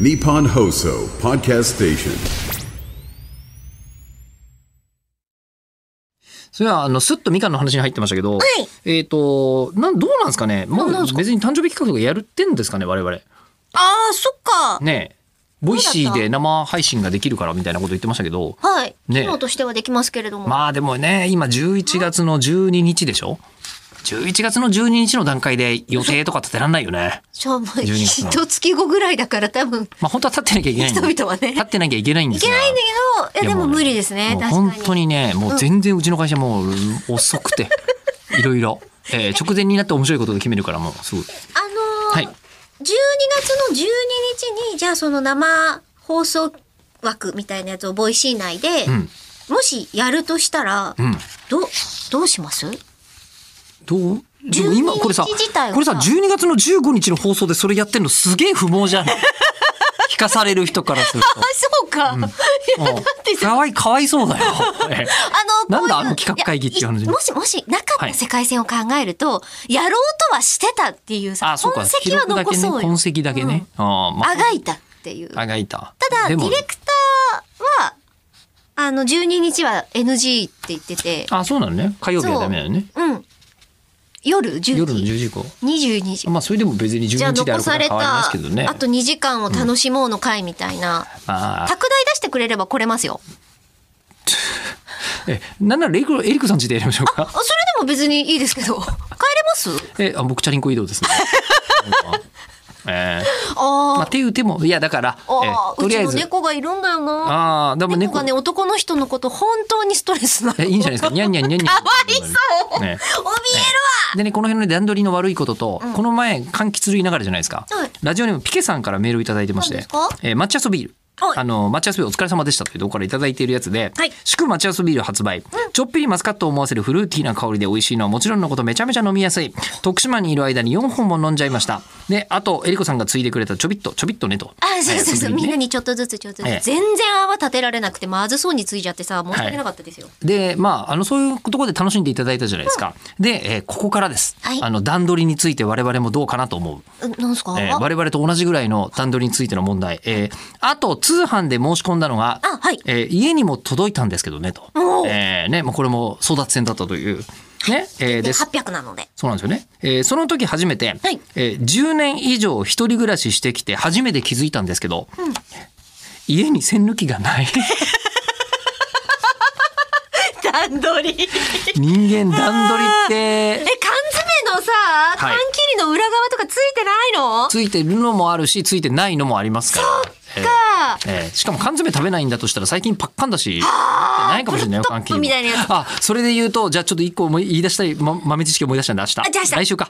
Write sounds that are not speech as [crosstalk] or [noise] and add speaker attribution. Speaker 1: Nippon Hoso Podcast Station.
Speaker 2: それはあのスッとみかんの話に入ってましたけど、
Speaker 3: い
Speaker 2: えっ、となんどうなんですかね、ま
Speaker 3: どうなん
Speaker 2: あ
Speaker 3: です、か
Speaker 2: 別に誕生日企画とかやるってんですかね我々
Speaker 3: あー、そっか。
Speaker 2: ねえボイシー
Speaker 3: どうだ
Speaker 2: で生配信ができるからみたいなこと言ってましたけど
Speaker 3: はい。
Speaker 2: ね
Speaker 3: 機能としてはできますけれども。
Speaker 2: まあでもね今11月の12日でしょ11月の12日の段階で予定とか立てらんないよね。
Speaker 3: しょうもう
Speaker 2: 12月の
Speaker 3: 一月後ぐらいだから多分、
Speaker 2: まあ本当は立ってなきゃいけないんだ
Speaker 3: 人々はね
Speaker 2: 立ってなきゃいけないんで
Speaker 3: い
Speaker 2: す
Speaker 3: け
Speaker 2: が
Speaker 3: ないんだけど、いやでも
Speaker 2: うね
Speaker 3: 無理ですね。
Speaker 2: もう
Speaker 3: 確かに。
Speaker 2: 本当にね、もう全然うちの会社もう遅く
Speaker 3: [laughs]
Speaker 2: て、いろいろ。えー直前になって面白いことを決めるからもうすぐ。
Speaker 3: あのー
Speaker 2: はい
Speaker 3: 12月の12日に、じゃあその生放送枠みたいなやつをボイシー内で、
Speaker 2: ん
Speaker 3: もしやるとしたら、
Speaker 2: うん。
Speaker 3: どう、どうします
Speaker 2: どうでも今
Speaker 3: 12
Speaker 2: これさ
Speaker 3: 日自体はさ
Speaker 2: これさ12月の15日の放送でそれやってんのすげえ不毛じ
Speaker 3: [laughs]
Speaker 2: ゃん聞かされる人からする
Speaker 3: あ、 [laughs] そうか。いや
Speaker 2: とも
Speaker 3: だ
Speaker 2: う
Speaker 3: ってさ
Speaker 2: かわいかわいそうだ
Speaker 3: [laughs]
Speaker 2: よええ
Speaker 3: あの、
Speaker 2: なんだ
Speaker 3: こういう
Speaker 2: あの企画会議っていう話
Speaker 3: いやもしもし、なかっ
Speaker 2: は
Speaker 3: た
Speaker 2: い
Speaker 3: 世界線を考えると、やろうとはしてたっていうさ、
Speaker 2: あそう
Speaker 3: 痕
Speaker 2: か
Speaker 3: 跡は残そうよ。
Speaker 2: 記録だけね痕跡だけね、あーま
Speaker 3: あがいたっていう。
Speaker 2: あがいた
Speaker 3: ただ、
Speaker 2: で
Speaker 3: デ
Speaker 2: も
Speaker 3: ィレクターは、あの、12日は NG って言ってて、
Speaker 2: あそうなのね火曜日はダメなのね
Speaker 3: うん。夜10時。
Speaker 2: 夜の10時以降
Speaker 3: 22時。
Speaker 2: まあそれでも別に
Speaker 3: じゃあ
Speaker 2: 12時であ
Speaker 3: 残
Speaker 2: ること
Speaker 3: さ
Speaker 2: は
Speaker 3: れ
Speaker 2: 変わらないで
Speaker 3: た、
Speaker 2: すけどね
Speaker 3: あと2時間を楽しもうの会みたいな、
Speaker 2: まあ
Speaker 3: 拡大出してくれれば来れますよ。
Speaker 2: えなんならレイクエリクさんちでやりましょう
Speaker 3: あ [laughs]
Speaker 2: か
Speaker 3: それでも別にいいですけど、帰れます
Speaker 2: えあ僕チャリンコ移動
Speaker 3: [laughs]
Speaker 2: ですねえー
Speaker 3: ああ
Speaker 2: まあ、手打てもいやだから、え
Speaker 3: あ
Speaker 2: ー
Speaker 3: あ、
Speaker 2: とりあえ
Speaker 3: うち
Speaker 2: ず
Speaker 3: の猫がいるんだよな。
Speaker 2: ああでも
Speaker 3: 猫
Speaker 2: 猫
Speaker 3: がね、男の人のこと本当にストレスなの。
Speaker 2: えいいんじゃないで
Speaker 3: [laughs]
Speaker 2: すかにゃんにゃんにゃんにゃん
Speaker 3: かわいそう。
Speaker 2: ね
Speaker 3: 怯えるわ。
Speaker 2: でねこの辺のね段取りの悪いことと、この前柑橘類ながらじゃないですか、
Speaker 3: はい
Speaker 2: ラジオネームピケさんからメールをいただいてまして
Speaker 3: 何ですか
Speaker 2: えー抹茶ソビール
Speaker 3: はい
Speaker 2: あの抹茶ソビールお疲れ様でしたというところからいただいているやつで、
Speaker 3: はい
Speaker 2: 祝抹茶ソビール発売、ちょっぴりマスカットを思わせるフルーティーな香りで美味しいのはもちろんのことめちゃめちゃ飲みやすい徳島にいる間に4本も飲んじゃいましたであとえりこさんがついでくれたちょびっとちょびっとねと
Speaker 3: あ、そうそうそ
Speaker 2: は
Speaker 3: う。
Speaker 2: い
Speaker 3: みんな
Speaker 2: ね
Speaker 3: にちょっとずつちょっとず
Speaker 2: ええ
Speaker 3: つ。全然泡立てられなくて、まずそうについちゃってさ、申し訳なかったですよ。
Speaker 2: でまああのそういうところで楽しんでいただいたじゃないですか、で、えーここからです、
Speaker 3: はい
Speaker 2: あの段取りについて我々もどうかなと思う
Speaker 3: えなんすか
Speaker 2: えー我々と同じぐらいの段取りについての問題、えーあと通販で申し込んだのが、
Speaker 3: あはい
Speaker 2: えー家にも届いたんですけどねと
Speaker 3: お、ー
Speaker 2: えーねもうこれも争奪戦だったという、ねえー
Speaker 3: で
Speaker 2: です
Speaker 3: 800なの
Speaker 2: [laughs]
Speaker 3: で。
Speaker 2: そうなんですよね、えーその時初めて、
Speaker 3: はい
Speaker 2: えー10年以上一人暮らししてきて初めて気づいたんですけど、家に栓抜きがない [laughs]
Speaker 3: 段取り。
Speaker 2: 人間段取りって
Speaker 3: え、缶詰のさ、缶
Speaker 2: い
Speaker 3: 切りの裏側とかついてないの
Speaker 2: ついてるのもあるしついてないのもありますから。えー
Speaker 3: か。
Speaker 2: えーしかも缶詰食べないんだとしたら最近パッカンだしないかもしれないよ
Speaker 3: ブルトッ
Speaker 2: 缶
Speaker 3: プ
Speaker 2: 切りも
Speaker 3: みたいなやつ
Speaker 2: あそれで言うとじゃあちょっと一個思い言い出したい、ま、豆知識思い出したんで明日
Speaker 3: あじゃあ明日
Speaker 2: 来週か